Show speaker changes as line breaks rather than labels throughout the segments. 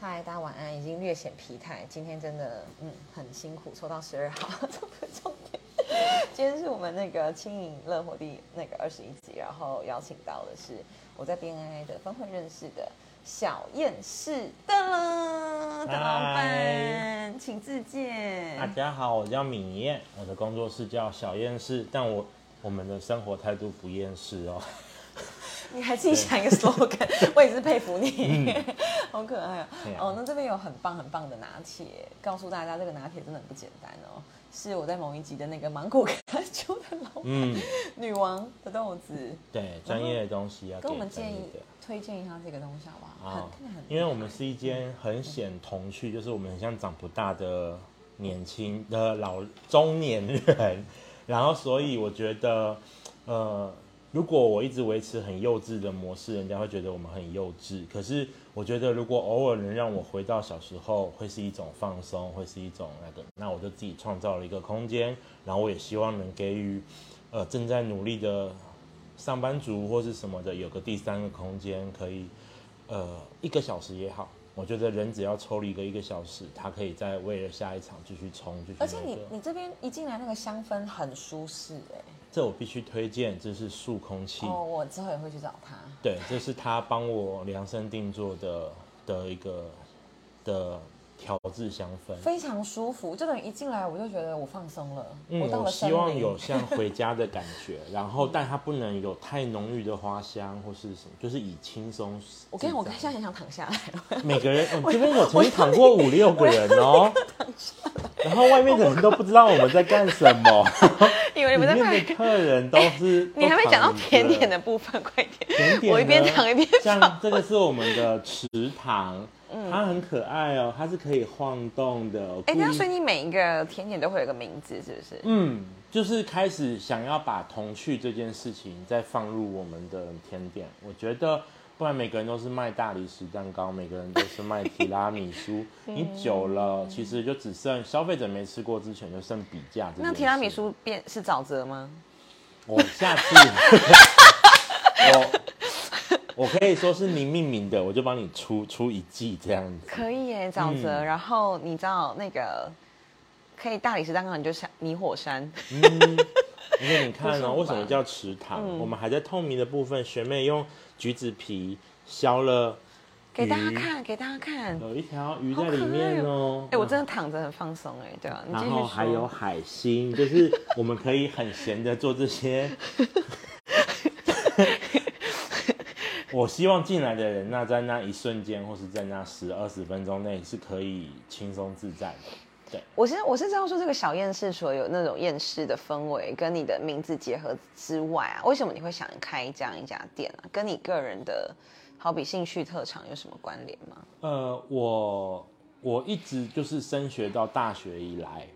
嗨，大家晚安，已经略显疲态，今天真的嗯很辛苦，抽到十二号，这不是重点。今天是我们那个轻盈乐活第那个二十一集，然后邀请到的是我在 BNI 的分会认识的小燕士的的老板，请自荐。
大家好，我叫敏燕，我的工作室叫小厌世，但我我们的生活态度不厌世哦。
你还自己想一个 slogan，我也 是佩服你， 好可爱哦、
嗯对啊
哦，那这边有很棒很棒的拿铁，告诉大家这个拿铁真的很不简单哦，是我在某一集的那个芒果干 丘的老
嗯，
女王的豆子，
对，专业的东西要给
跟我们
专
建
业
议
的
推荐一下这个东西好不好？
啊
很看起来很，
因为我们是一间很显童趣，就是我们很像长不大的年轻的老中年人，然后所以我觉得，呃，如果我一直维持很幼稚的模式，人家会觉得我们很幼稚。可是我觉得，如果偶尔能让我回到小时候，会是一种放松，会是一种那个，那我就自己创造了一个空间，然后我也希望能给予，呃，正在努力的上班族或是什么的，有个第三个空间可以，呃，一个小时也好。我觉得人只要抽离个一个小时，他可以再为了下一场继续冲，继续、那
而且你
个
你这边一进来那个香氛很舒适哎、
这我必须推荐，这是数空气，
哦，我之后也会去找他。
对，这是他帮我量身定做的的一个的调制香氛。
非常舒服，就等于一进来我就觉得我放松了，
嗯，
到
我
了森林。
希望有像回家的感觉，然后但它不能有太浓郁的花香或是什么，就是以轻松自在。
我跟你讲，我现在很想躺下来 了。
每个人，我这边我曾经躺过五六个人哦，然后外面的人都不知道我们在干什么，
以为你
里
们在
面的客人都是。
你还没讲到
都躺着
甜点的部分，快点。
甜点
我一边
呢
躺一边
像这个是我们的池塘，它很可爱哦，它是可以晃动的。我
哎，
故意
那所以你每一个甜点都会有个名字，是不是？
嗯，就是开始想要把童趣这件事情再放入我们的甜点。我觉得，不然每个人都是卖大理石蛋糕，每个人都是卖提拉米 苏，你久了其实就只剩消费者没吃过之前就剩比价这件事。
那提拉米苏变是沼泽吗？
我下次我我 可以说是你命名的，我就帮你出出一季这样 子。
可以耶，沼泽。
嗯
然后你知道那个可以大理石蛋糕，你就像泥火山。
因为你看
不是嗯吧
哦，为什么叫池塘？我们还在透明的部分，学妹用橘子皮削了
给大家
鱼
看，给大家看。
有一条鱼在里面哦。
哎，我真的躺着很放松哎，对啊，你继
然
续
后
说。
还有海星， 就是我们可以很闲的做这些。 我希望进来的人，那在那一瞬间，或是在那十二十分钟内，是可以轻松自在的。对，
我是我是知道说这个小厌世除了有那种厌世的氛围跟你的名字结合之外啊，为什么你会想开这样一家店啊？跟你个人的好比兴趣特长有什么关联吗？
呃，我我一直就是升学到大学以来，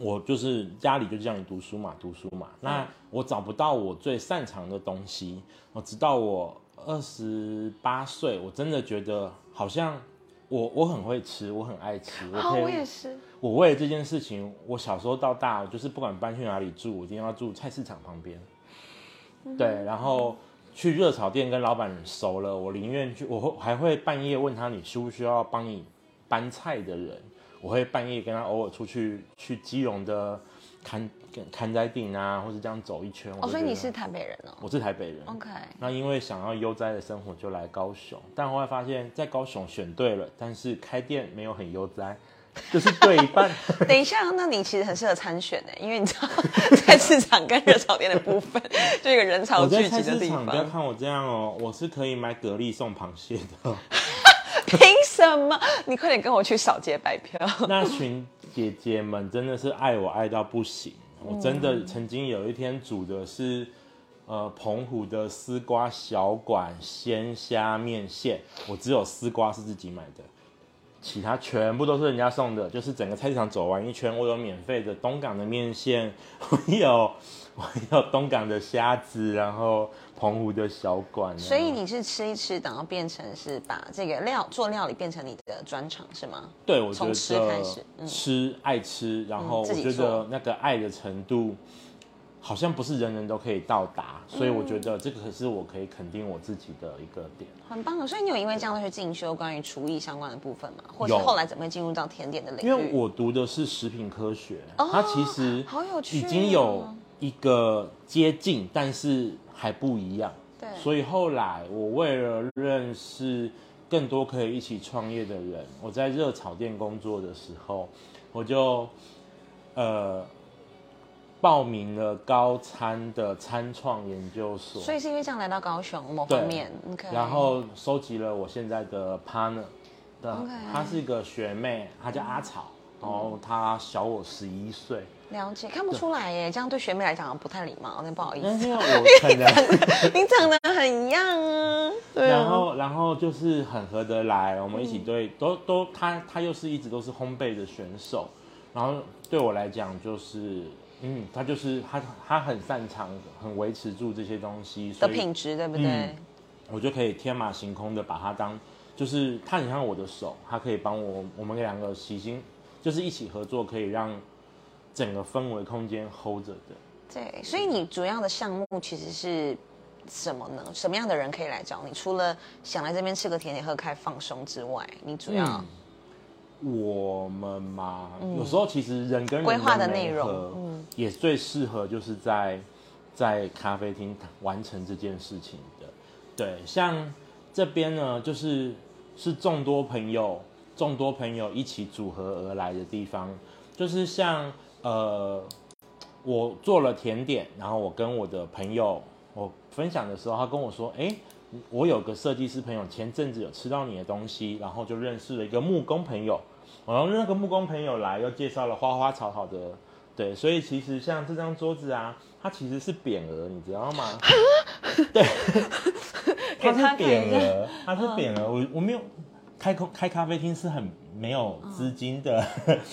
我就是家里就叫你读书嘛，读书嘛。
嗯
那我找不到我最擅长的东西，我直到我二十八岁，我真的觉得好像我我很会吃，我很爱吃，我
哦，
可以，
我也是，
我为了这件事情，我小时候到大，我就是不管搬去哪里住，我一定要住菜市场旁边。
嗯
对，然后去热炒店跟老板熟了，我宁愿去， 我会还会半夜问他你需不需要帮你搬菜的人，我会半夜跟他偶尔出去去基隆的看看斋顶啊，或是这样走一圈。我
哦，
就
所以你
觉
是
得
台北人哦。
我是台北人。
OK，
那因为想要悠哉的生活，就来高雄。但后来发现，在高雄选对了，但是开店没有很悠哉，就是对一 半。
等一下，那你其实很适合参选欸呢，因为你知道菜市场跟热炒店的部分， 就一个人潮
我
聚
在
集
菜
哦的
市
地
场，不要
方。
看我这样哦，我是可以买蛤蜊送螃蟹 的。
凭什么？你快点跟我去扫街白票。
那群姐姐们真的是爱我爱到不行，我真的曾经有一天煮的是。呃，澎湖的丝瓜小馆鲜虾面线，我只有丝瓜是自己买的，其他全部都是人家送的。就是整个菜市场走完一圈，我有免费的东港的面线， 我有我有东港的虾子，然后澎湖的小馆啊。
所以你是吃一吃，然后变成是把这个料做料理变成你的专长是吗？
对，我觉
从
得
吃开始嗯嗯
吃爱吃，然后
自
我
己
觉
做
得那个爱的程度，好像不是人人都可以到达，所以我
嗯
觉得这个是我可以肯定我自己的一个点。啊
很棒。啊所以你有因为这样去进修关于厨艺相关的部分吗？或是
有
后来怎么会进入到甜点的领域？
因为我读的是食品科学，
嗯哦
它其实
好有趣哦
已经有一个接近，但是还不一样。
对
所以后来我为了认识更多可以一起创业的人，我在热炒店工作的时候，我就呃报名了高餐的餐创研究所，
所以是因为这样来到高雄某
对
方面，OK，
然后收集了我现在的 partner 的
OK
她是一个学妹，她叫阿草，然后她小我十一岁，
了解看不出来耶，这样对学妹来讲不太礼貌， 那不好意
但
思，
是因为我可能，
你长得很像啊，对
然
啊，
后然后就是很合得来，我们一起对，都都她她又是一直都是烘焙的选手，然后对我来讲就是。嗯，她就是她，她很擅长，很维持住这些东西，
的
所以
品质对不对
嗯？我就可以天马行空的把它当，就是它很像我的手，它可以帮我我们两个齐心，就是一起合作，可以让整个氛围空间 hold 着的。
对，所以你主要的项目其实是什么呢？什么样的人可以来找你？除了想来这边吃个甜点、喝开放松之外，你主要
嗯我们嘛，有时候其实人跟人
嗯规划的
媒
内容嗯
合也最适合就是在在咖啡厅完成这件事情的。对，像这边呢，就是是众多朋友众多朋友一起组合而来的地方，就是像呃，我做了甜点，然后我跟我的朋友我分享的时候，他跟我说，哎、我有个设计师朋友前阵子有吃到你的东西，然后就认识了一个木工朋友，然后那个木工朋友来又介绍了花花草草的，对，所以其实像这张桌子啊，它其实是匾额，你知道吗？对，它是匾额，它是匾额，我我没有开空开咖啡厅是很没有资金的，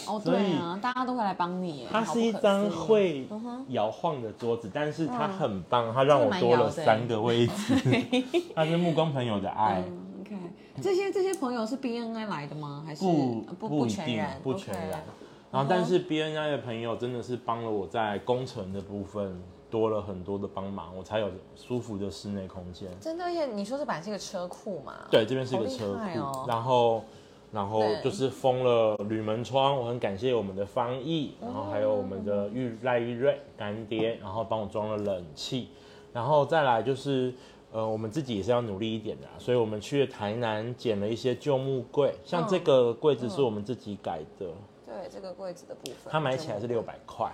哦，
所以
对啊，大家都会来帮你耶。
它
哎好
是一
不可哦嗯
张
思议，
会摇晃的桌子，但是它
嗯
很棒，它让我多了三个位置。 它是木工朋友的爱，
嗯，OK，这些这些朋友是 BNI 来的吗？还是呃
不
嗯不
一
全
定
然，嗯
不全然。然后，但是 BNI 的朋友真的是帮了我在工程的部分多了很多的帮忙，我才有舒服的室内空间。
真的，而且你说这本来是一个车库嘛？
对，这边是一
好
个
厉
车
害
库，
哦
然后然后
对
就是封了铝门窗，我很感谢我们的方毅，
嗯
然后还有我们的玉赖玉瑞干爹，然后帮我装了冷气，然后再来就是。呃，我们自己也是要努力一点的啦，所以我们去了台南捡了一些旧木柜，像这个柜子是我们自己改的，
对，这个柜子的部分
它买起来是六百块，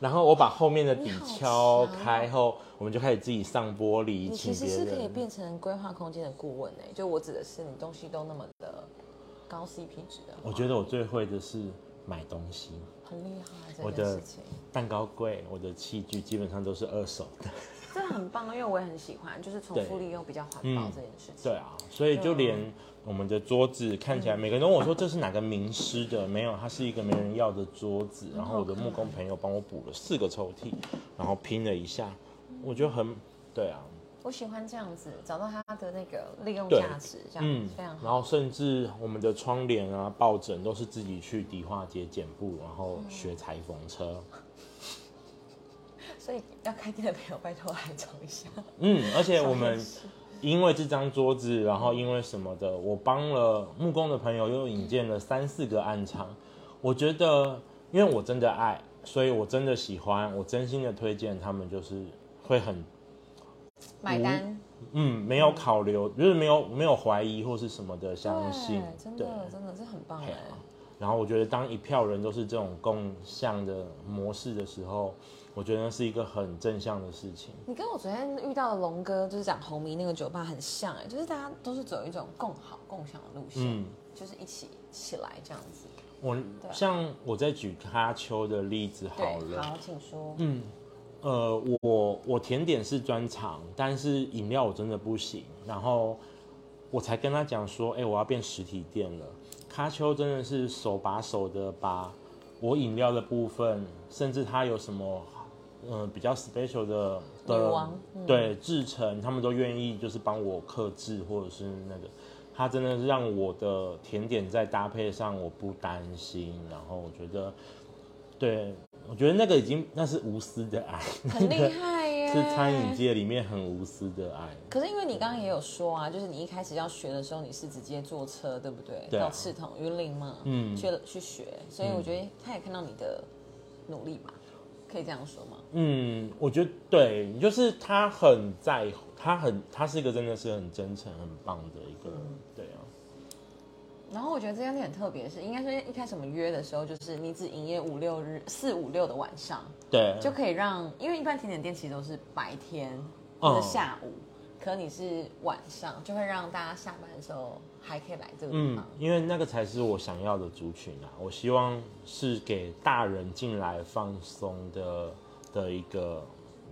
然后我把后面的底敲开后，我们就开始自己上玻璃，
哦你
请
其实
别
是
人。
可以变成规划空间的顾问呢、就我指的是你东西都那么的高 CP 值的话，
我觉得我最会的是买东西，
很厉害啊
我
这件
的
事情，
蛋糕柜、我的器具基本上都是二手的。
这很棒，因为我也很喜欢，就是重
对
复利用比较环保
嗯
这件事情。
对啊，所以就连我们的桌子看起来，每个人都问我说这是哪个名师的，没有，它是一个没人要的桌子。然后我的木工朋友帮我补了四个抽屉，然后拼了一下，我就很对啊，
我喜欢这样子，找到它的那个利用
对
价值，这样、
嗯
非常，好。
然后甚至我们的窗帘啊、抱枕都是自己去迪化街剪布，然后学裁缝车。
所以要开店的朋友，拜托来找一下。
嗯，而且我们因为这张桌子，然后因为什么的，我帮了木工的朋友又引荐了三四个暗场。我觉得，因为我真的爱，所以我真的喜欢，我真心的推荐他们，就是会很
买单，
嗯没有考留，就是没有没有怀疑嗯或是什么的相信
对，，真
对。
的真的是很棒哎、
嘿啊然后我觉得，当一票人都是这种共向的模式的时候，我觉得是一个很正向的事情。
你跟我昨天遇到的龙哥，就是讲红迷那个酒吧很像哎、就是大家都是走一种共好共享的路线，
嗯
就是一起起来这样子。
我像我在举喀秋的嗯例子好
对，
了，
好，请说。
呃，我我甜点是专长，但是饮料我真的不行。然后我才跟他讲说，哎、我要变实体店了。喀秋真的是手把手的把我饮料的部分，甚至它有什么嗯、呃比较 special 的
女
的
王嗯
对制成，他们都愿意就是帮我克制或者是那个。它真的是让我的甜点在搭配上我不担心，然后我觉得对，嗯、我觉得那个已经那是无私的爱，
很厉害耶！
是餐饮界里面很无私的爱。
可是因为你刚刚也有说啊，就是你一开始要学的时候，你是直接坐车，对不对？
对啊
到赤桶云林嘛，
嗯
去去学，所以我觉得他也看到你的努力嘛，可以这样说吗？
嗯，我觉得对，就是他很在乎，他很他是一个真的是很真诚、很棒的一个人，对啊。
然后我觉得这家店很特别是，应该说一开始我们约的时候，就是你只营业五六日，四五六的晚上
对，
就可以让，因为一般甜点店其实都是白天
嗯
或者下午，可你是晚上，就会让大家下班的时候还可以来这个地
嗯
方。，
因为那个才是我想要的族群啊！我希望是给大人进来放松的的一个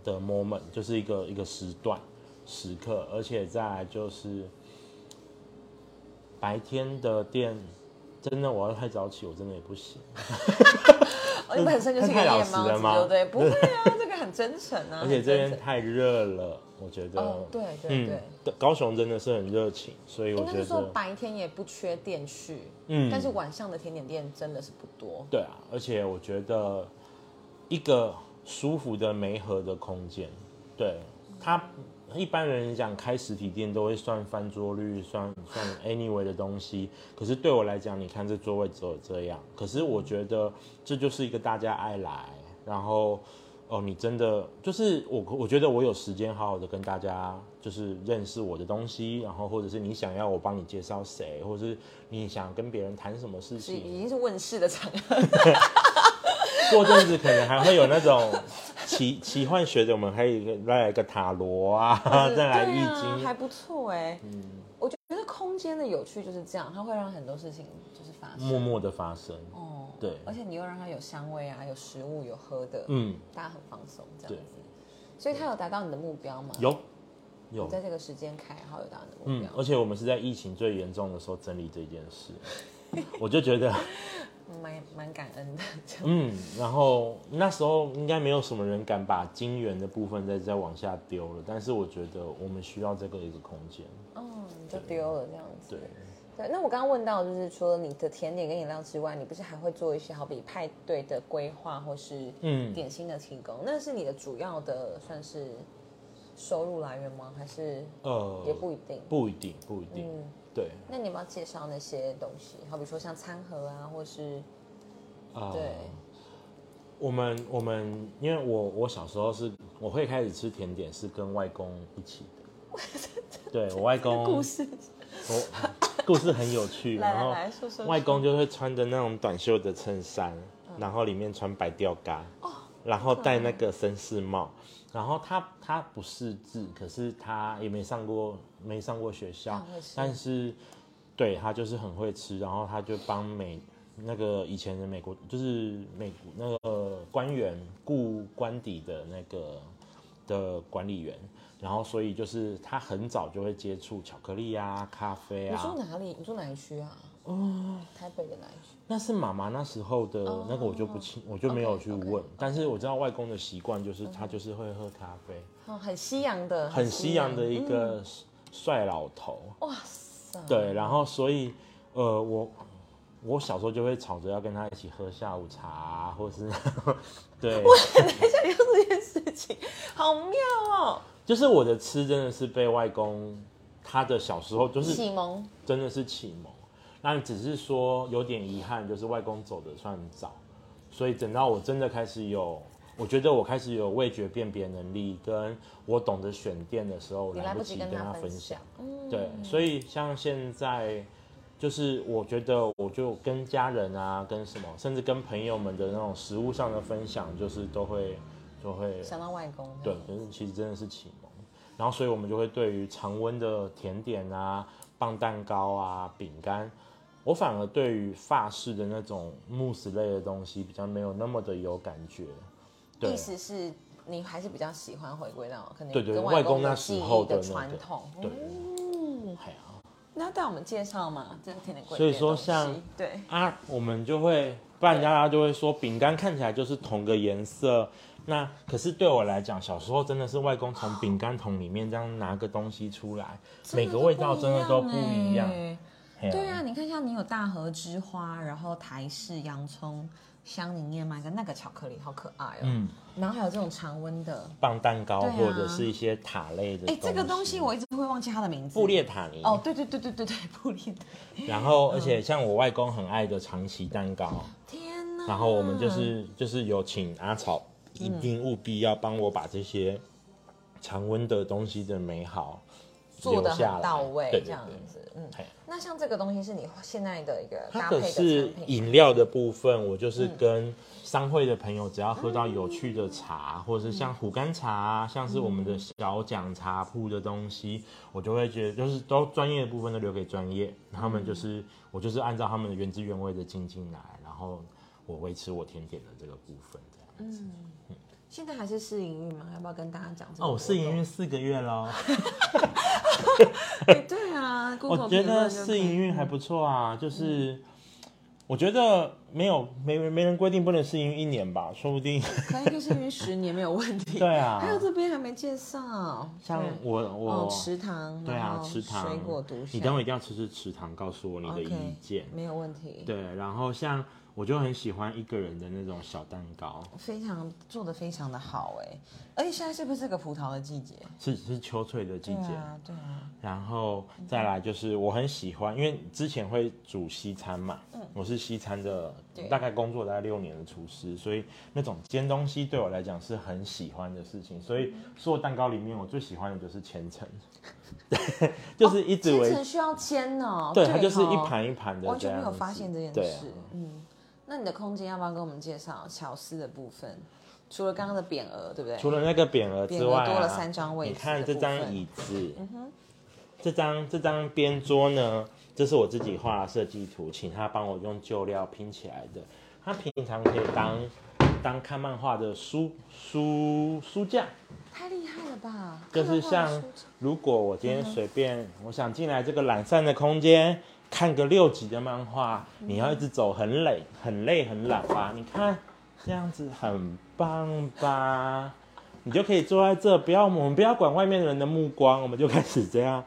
的 moment，就是一个一个时段时刻，而且再来就是白天的店，真的我要太早起，我真的也不行。
啊哦，你本身就是一个
太老
夜
实
猫
了
子，
吗
对不对？不会啊，这个很真诚 啊。
而且
很
这
真
边呃
诚
太热了，我觉得。
哦，对对对，
嗯对，高雄真的是很热情，所以我
应该
觉
是说
得，
白天也不缺店去，
嗯
但是晚上的甜点店真的是不多。
对啊，而且我觉得一个舒服的媒合的空间，对它一般人讲开实体店都会算翻桌率，算算 anyway 的东西，可是对我来讲，你看这座位只有这样，可是我觉得这就是一个大家爱来，然后。哦，你真的就是我，我觉得我有时间好好的跟大家就是认识我的东西，然后或者是你想要我帮你介绍谁，或者是你想跟别人谈什么事
是
情，
已经是问世的场合，
过阵子可能还会有那种奇奇幻学者，我们还有一个再来一个塔罗啊，再来易
对啊，
经，嗯
还不错哎。我觉得空间的有趣就是这样，它会让很多事情就是发生。
默默的发生。
哦，
对
而且你又让它有香味啊，有食物，有喝的，
嗯，
大家很放松这样
对
子。所以它有达到你的目标吗？，
有有，
在这个时间开，然后有达到你的目
嗯
标，。
而且我们是在疫情最严重的时候整理这件事， 我就觉得，
蛮蛮感恩的，这 样
嗯，然后那时候应该没有什么人敢把金元的部分再再往下丢了，但是我觉得我们需要这个一个空间，
哦，你就丢了这样子。
对。
对，那我刚刚问到，就是除了你的甜点跟饮料之外，你不是还会做一些好比派对的规划，或是
嗯
点心的提供？那是你的主要的算是收入来源吗？还是
呃，
也不一定？
不一定，不一定，
嗯
对，
那你要不要介绍那些东西？好比说像餐盒啊，或是
啊、
对
我们我们，因为我我小时候是我会开始吃甜点是跟外公一起 的，对我外公
故事，
我故事很有趣，
来
然后
来来说说
外公就会穿着那种短袖的衬衫，然后里面穿白吊嘎，然后戴那个绅士帽，然后他他不识字，可是他也没上过没上过学校
他很会吃，
但是对他就是很会吃，然后他就帮美那个以前的美国就是美国那个官员雇官邸的那个的管理员。然后，所以就是他很早就会接触巧克力啊、咖啡啊。
你住哪里？你住哪一区啊？哦，台北的哪一区？
那是妈妈那时候的那个，我就不清，我就没有去问。
OK，OK，OK
但是我知道外公的习惯就是他就是会喝咖啡，
哦，很西洋的，
很西洋的一个帅老头。
哇塞，
对，然后所以呃，我我小时候就会吵着要跟他一起喝下午茶、啊或是 对，
很想要这件事情，好妙哦，
就是我的吃真的是被外公他的小时候就是
启蒙。
真的是启蒙。那只是说有点遗憾，就是外公走的算早，所以等到我真的开始有，我觉得我开始有味觉辨别能力，跟我懂得选店的时候，我
你
来
来
不
不
及
及
跟
跟
他
他
分
分
享嗯
享。
对，所以像现在，就是我觉得我就跟家人啊，跟什么，甚至跟朋友们的那种食物上的分享，就是都会就会
想到外公，
对，可是其实真的是启蒙。然后，所以我们就会对于常温的甜点啊、棒蛋糕啊、饼干，我反而对于法式的那种慕斯类的东西比较没有那么的有感觉。对
意，思是你还是比较喜欢回归到可能
对对
跟
外公
公
那
的
时
记忆
候的
的
那个
传统。
对，
嗯，
哎呀，
那带我们介绍嘛，这甜点贵。
所以说像
对，
啊，我们就会，不然大家就会说饼干看起来就是同个颜色。那可是对我来讲，小时候真的是外公从饼干桶里面这样拿个东西出来，每个味道真的都不一样。啊
欸
嘿
对啊，你看像你有大和之花，然后台式洋葱、香凝燕麦跟那个巧克力，好可爱哦。
嗯，
然后还有这种常温的，
棒蛋糕、
对啊
或者是一些塔类的。
哎，这个东西我一直会忘记它的名字。
布列塔尼。
哦，对对对对对对， 布列塔。
然后，而且像我外公很爱的长崎蛋糕，
嗯天哪！
然后我们就是就是有请阿草，
嗯
一定务必要帮我把这些常温的东西的美好
做的
留下
很
来
到位，
对对
这样
对
子，嗯
嘿。
那像这个东西是你现在的一个
它
搭
可
配的
是
产品，嗯
饮料的部分，我就是跟商会的朋友，只要喝到有趣的
嗯
茶，或者是像虎干茶啊，像是我们的小蒋茶铺的东西，我就会觉得就是都专业的部分都留给专业，他们
嗯
就是我就是按照他们的原汁原味的进进来，然后我维持我甜点的这个部分这样。
现在还是试营运吗？要不要跟大家讲这个？
哦，我试营运四个月 喽，
运，对啊，Google
我觉
评论
得
就嗯
试营运还不错啊，就是。我觉得没有没没人规定不能试营运一年吧，说不 定
可以可以试营运十年没有问题。
对啊。
还有这边还没介绍，
像
对
我我、
哦，池塘，
对
然
啊，
后
池塘
水果独
你等
享，
我一定要吃吃池塘，告诉我你的
OK
意见。
没有问题，
对，然后像我就很喜欢一个人的那种小蛋糕，
非常做的非常的好哎，而且现在是不是这个葡萄的季节？
是是秋翠的季
对
节。
啊，对啊，
然后再来就是我很喜欢，因为之前会煮西餐嘛，
嗯
我是西餐的，大概工作大概六年的厨师，所以那种煎东西对我来讲是很喜欢的事情。所以所有蛋糕里面，我最喜欢的就是千层， 对，就是一直
哦千
维
层需要签哦，
对，它就是一
哦
盘一盘的这样子，
完全没有发现这件
对啊
事。嗯，那你的空间要不要跟我们介绍巧思的部分？除了刚刚的匾额，对不对？
除了那个匾额之外、啊，
匾额多了三张位置
你看这
的部
张
分嗯
椅子，这张这张边桌呢，这是我自己画的设计图，请他帮我用旧料拼起来的。它平常可以当当看漫画的书书书架，
太厉害了吧！
就是
看到
像
画书嗯
如果我今天随便、我想进来这个懒散的空间看个六集的漫画，
嗯
你要一直走很累很累很懒吧？你看这样子很棒吧？你就可以坐在这，不要我们不要管外面人的目光，我们就开始这样。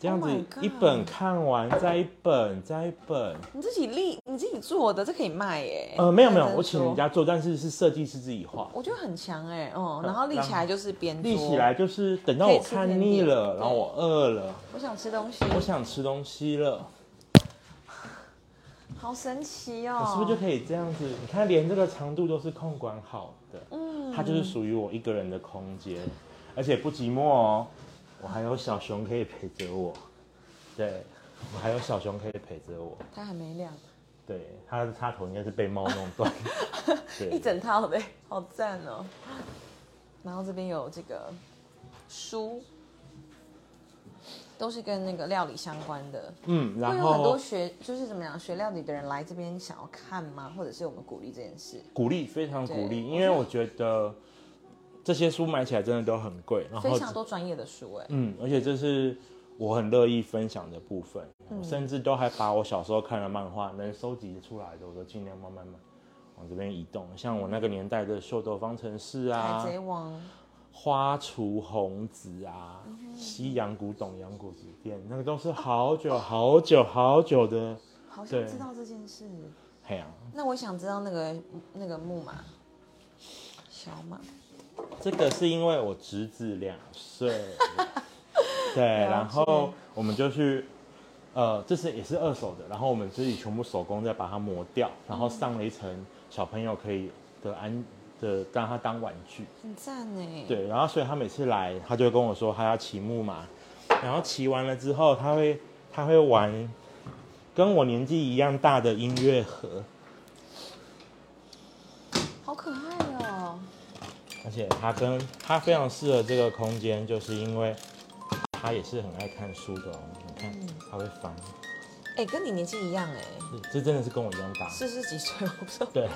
这样子
Oh my god
一本看完，再一本，再一本，
你自己立，你自己做的，这可以卖耶。
呃，没有没有
认，真
我请人
哎说，
家做，但是是设计师自己画。
我觉得很强哎，哦，然后立起来就是边桌
立起来，就是等到我
可以吃
看
甜
腻
点
了，
对
然后我饿了，
我想吃东西，
我想吃东西了。
好神奇
我
哦！
是不是就可以这样子？你看，连这个长度都是控管好的，嗯，它就是属于我一个人的空间，而且不寂寞哦，我还有小熊可以陪着我，对，我还有小熊可以陪着我，
它还没亮，
对，它的插头应该是被猫弄 断，对
一整套的，好赞哦。然后这边有这个书，都是跟那个料理相关的。
嗯，
会
然
有很多
后
学就是怎么讲学料理的人来这边想要看吗？或者是我们鼓励这件事，
鼓励非常
对
鼓励，因为我觉得这些书买起来真的都很贵，然后
非常多专业的书哎、
嗯，而且这是我很乐意分享的部分，
嗯
我甚至都还把我小时候看的漫画能收集出来的，我都尽量慢慢慢往这边移动。像我那个年代的《秀逗方程式》啊，
海贼王》
花厨红子啊，
嗯
西洋古董洋果子店，那个都是好久好久好久的，
好
对
想知道这件事。
嘿呀、
那我想知道那个那个木马，小马，
这个是因为我侄子两岁，对，然后我们就去，呃，这是也是二手的，然后我们自己全部手工再把它磨掉，然后上了一层小朋友可以的安的，让他当玩具。
很赞哎。，
对，然后所以他每次来，他就会跟我说他要骑木马，然后骑完了之后，他会他会玩跟我年纪一样大的音乐盒，
好可爱哦、
而且他跟他非常适合这个空间，就是因为他也是很爱看书的哦。你看，他会翻，
哎、跟你年纪一样哎、
这这真的是跟我一样大。
四十几岁，我不知道，
对，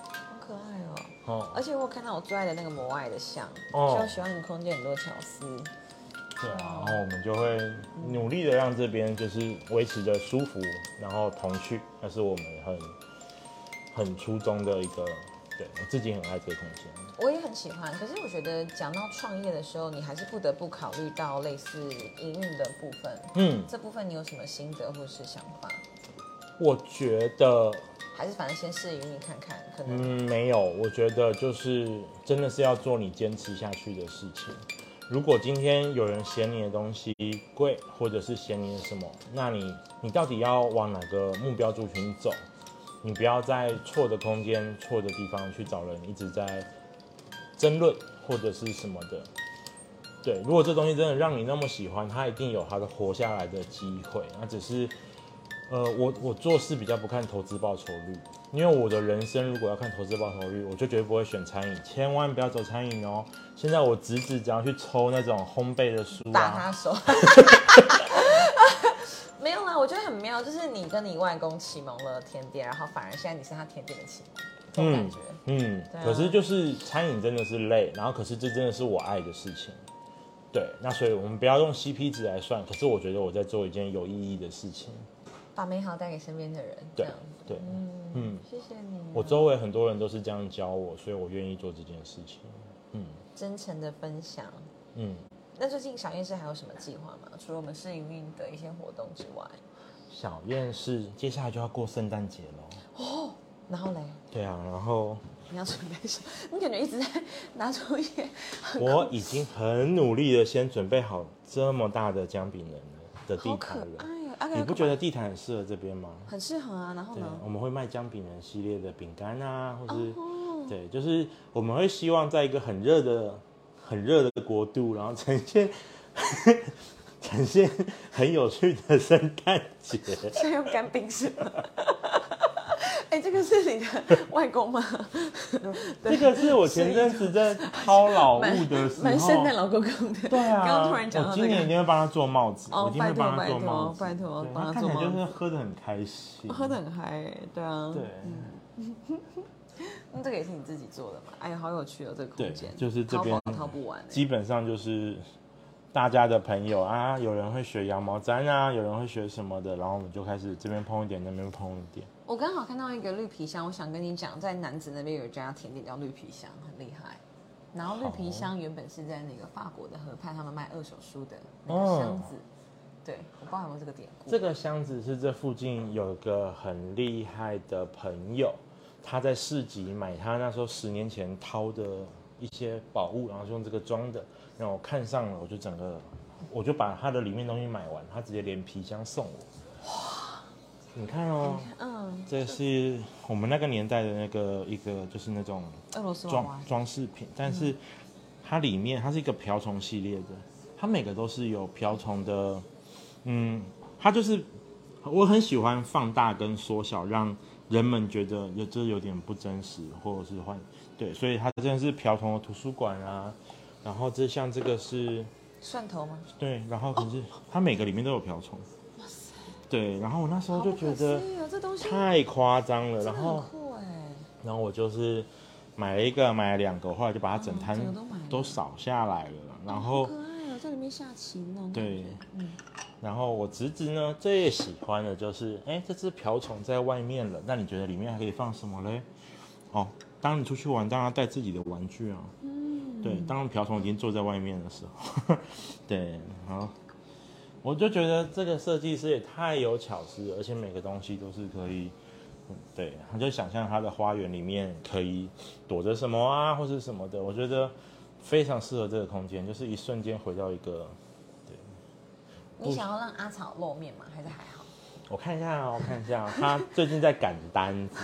好可爱哦、
哦，
而且我有看到我最爱的那个魔爱的像，
哦
所以我喜欢你空间很多巧思。
对啊，然后我们就会努力的让这边就是维持着舒服，然后童趣，那是我们很很初衷的一个。对我自己很爱这个空间，
我也很喜欢，可是我觉得讲到创业的时候，你还是不得不考虑到类似营运的部分。
嗯，
这部分你有什么心得或是想法？
我觉得，
还是反正先试与你看看，可能、
嗯，没有，我觉得就是真的是要做你坚持下去的事情。如果今天有人嫌你的东西贵，或者是嫌你的什么，那你你到底要往哪个目标族群走？你不要在错的空间、错的地方去找人一直在争论或者是什么的。对，如果这东西真的让你那么喜欢，它一定有它的活下来的机会。那只是，呃，我我做事比较不看投资报酬率，因为我的人生如果要看投资报酬率，我就绝对不会选餐饮，千万不要走餐饮哦。现在我侄子只要去抽那种烘焙的书
打
啊，
他手。 没有啦，我觉得很妙，就是你跟你外公启蒙了甜点，然后反而现在你是他甜点的启蒙，这种感觉。
嗯，
对啊
可是就是餐饮真的是累，然后可是这真的是我爱的事情。对，那所以我们不要用 CP 值来算，可是我觉得我在做一件有意义的事情。
把美好带给身边的人。
对
这样
对，嗯，
谢谢你啊、
我周围很多人都是这样教我，所以我愿意做这件事情。
真诚的分享。
嗯，
那最近小夜市还有什么计划吗？除了我们试营运的一些活动之外，
小燕是接下来就要过圣诞节了。
然后嘞，
对啊，然后
你要准备什么？你感觉一直在拿出 一些
我已经很努力的先准备好这么大的姜饼人了的地
好
毯
可爱
了。
啊！啊
你不觉得地毯很适合这边吗？
很适合啊？然后
对
呢，？
我们会卖姜饼人系列的饼干啊，或是、
哦
对，就是我们会希望在一个很热的、很热的国度，然后呈现 呈现很有趣的圣诞节。
现在用干冰是吗？ 哎、这个是你的外公吗？
这个是我前阵子在掏老物的时
蛮圣诞
候，
老公公的。
对啊，
刚刚突然讲到
我
这个
今年一定会帮他做帽子，
哦
我一定会帮他做帽子，
拜托拜托
对
帮他
看
做
起来
帽
就
子
是喝的很开心，
喝的很嗨、对啊，
对
那这个也是你自己做的嘛？哎呀，好有趣哦，这个
对
空间，，
就是这边
淘宝淘不完、欸。
基本上就是大家的朋友啊，有人会学羊毛毡啊，有人会学什么的，然后我们就开始这边碰一点，那边碰一点。
我刚好看到一个绿皮箱，我想跟你讲，在南子那边有一家甜点叫绿皮箱，很厉害。然后绿皮箱原本是在那个法国的河畔，他们卖二手书的那个箱子。
哦
对，我不知道有没有这个典故。
这个箱子是这附近有个很厉害的朋友，他在市集买他那时候十年前掏的一些宝物，然后就用这个装的，然后我看上了，我就整个我就把他的里面东西买完，他直接连皮箱送我。你看哦，
嗯，
这是我们那个年代的那个一个就是那种
俄罗斯娃娃
装。装饰品，但
嗯
是它里面它是一个瓢虫系列的，它每个都是有瓢虫的，嗯，它就是我很喜欢放大跟缩小，让人们觉得有这有点不真实，或者是换对，所以它真的是瓢虫的图书馆啊，然后这像这个是
蒜头吗？
对，然后可是
哦
它每个里面都有瓢虫，对，然后我那时候就觉得
好不可思议哦这东西
太夸张了，
真的
然后
很。酷哎、
然后我就是买了一个，买了两个，后来就把它整摊
哦整个都买了
都扫下来了。然后
好可爱哦，在里面下棋呢。那种
对
感觉嗯，
然后我侄子呢最喜欢的就是，哎，这只瓢虫在外面了，那你觉得里面还可以放什么嘞？哦，当你出去玩，当然要带自己的玩具啊。嗯，对，当瓢虫已经坐在外面的时候， 对，然后我就觉得这个设计师也太有巧思了，而且每个东西都是可以。嗯对，他就想象他的花园里面可以躲着什么啊，或是什么的，我觉得非常适合这个空间，就是一瞬间回到一个
你想要让阿草露面吗？还是还好？
我看一下哦，我看一下、哦，他最近在赶单子。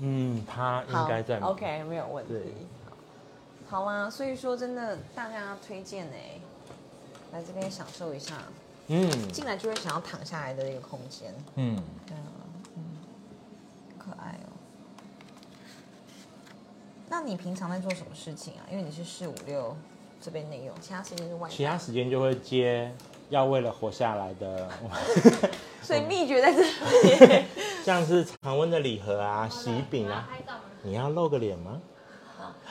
嗯，他应该在忙。
OK，没有问
对
题。好啦，所以说真的，大家推荐哎、来这边享受一下，
嗯
进来就会想要躺下来的一个空间，
嗯，
对啊，嗯，可爱哦。那你平常在做什么事情啊？因为你是四五六这边内用，其他时间是外
其
带，
他时间就会接要为了活下来的，
所
嗯
以秘诀在这里。
像是常温的礼盒啊、喜饼啊。
哦拍照吗？
你要露个脸吗？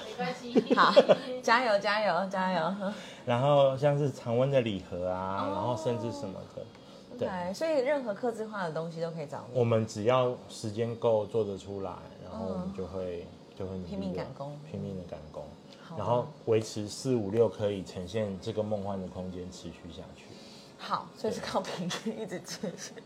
没关系。
好，加油加油加油！
然后像是常温的礼盒
哦
啊，然后甚至什么的。对，
对，所以任何刻字化的东西都可以找
我
你。
们只要时间够做得出来，然后我们就会、就会努力地
拼命赶工
拼命的赶工，然后维持四五六可以呈现这个梦幻的空间持续下去。
好，所以是靠平均一直接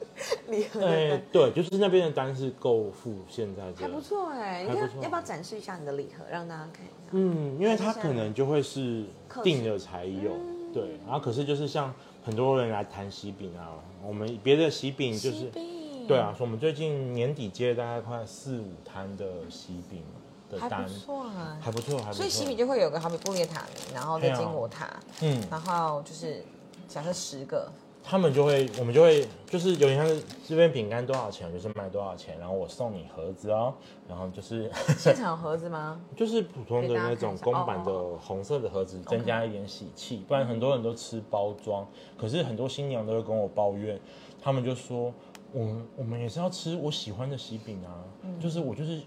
离合
哎、
的单，
对，就是那边的单是够付现在
还不
的，
错哎、你
还不
看
错
要不要展示一下你的礼盒，让大家看一下？
嗯，因为它可能就会是
客
定
制
了才有，
嗯
对，然后可是就是像很多人来谈喜饼啊，我们别的喜饼就是
西饼
对啊，，所以我们最近年底接了大概快四五摊的喜饼的
还
单
不，错啊。
还不错，还不错。
所以西米就会有个好比布列塔尼，然后再
对啊
金果塔，
嗯，
然后就是假设十个，
他们就会，我们就会，就是有点像是这边饼干多少钱，我就是卖多少钱，然后我送你盒子哦，然后就是
现场有盒子吗？
就是普通的那种公版
给大家看一下哦
的红色的盒子，增加一点喜气，不然很多人都吃包装。可是很多新娘都会跟我抱怨，他们就说，我们我们也是要吃我喜欢的喜饼啊，
嗯
就是我就是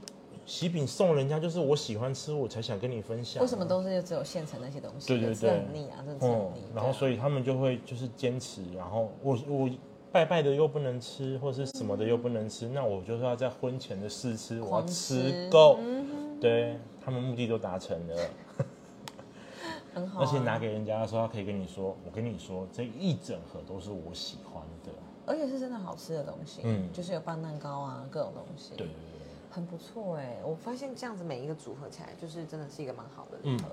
喜饼送人家，就是我喜欢吃，我才想跟你分享啊、
为什
嗯
么都是只有现成那些东西？
对对对
真的很腻啊，真的是
嗯
很腻。，
然后所
以
以他们就会就是坚持，然后我我拜拜的又不能吃，或是什么的又不能吃，那我就是要在婚前的试吃，我要
狂
吃
吃嗯
够。对他们目的都达成了，
很好
而
啊，
且拿给人家的时候，他可以跟你说，我跟你说这一整盒都是我喜欢的。
而且是真的好吃的东西，
嗯
就是有棒蛋糕啊，各种东西，
对对，
很不错哎。我发现这样子每一个组合起来，就是真的是一个蛮好的
嗯
礼盒。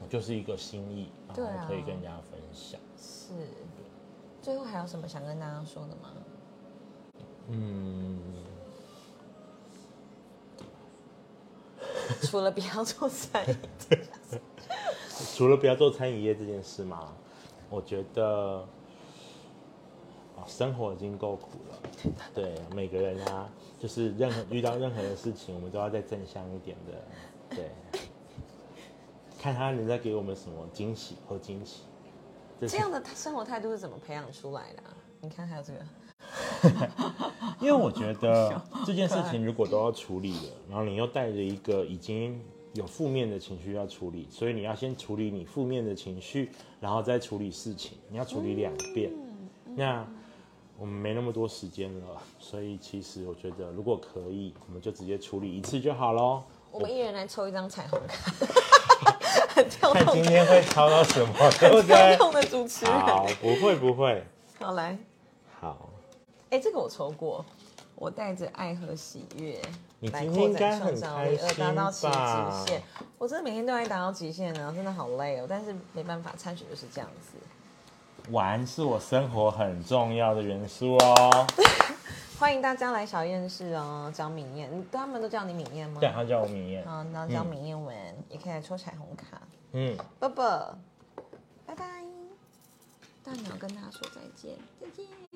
对，就是一个心意，
对
然
啊
后可以跟人家分享。
是，最后还有什么想跟大家说的吗？
嗯，
除了不要做菜，
除了不要做餐饮业这件事嘛，我觉得啊，生活已经够苦了。对每个人啊，就是任何遇到任何的事情，我们都要再正向一点的，对， 看他能再给我们什么惊喜或惊喜。这是
这样的生活态度是怎么培养出来的啊、你看还有这个，
因为我觉得这件事情如果都要处理了，然后你又带着一个已经有负面的情绪要处理，所以你要先处理你负面的情绪，然后再处理事情，你要处理两遍。那我们没那么多时间了，所以其实我觉得如果可以，我们就直接处理一次就好 喽。
我们一人来抽一张彩虹 卡，很跳
看
动
今，天会抽到什么，对不
跳
对？
动的主持人。
好，不会不会，
好来，
好。
哎、这个我抽过，我带着爱和喜悦
你
来
今天
扩
应该
展创
很
造
开
力，而达到其
心吧
极限。我真的每天都在达到极限啊，真的好累哦，但是没办法，参选就是这样子。
玩是我生活很重要的元素哦。
欢迎大家来小燕市哦，找敏燕，你他们都叫你敏燕吗？
对，他叫我明艳。
好，啊然后叫敏燕文，也可以来抽彩虹卡。
嗯，
啵啵，拜拜。大鸟跟大家说再见，再见。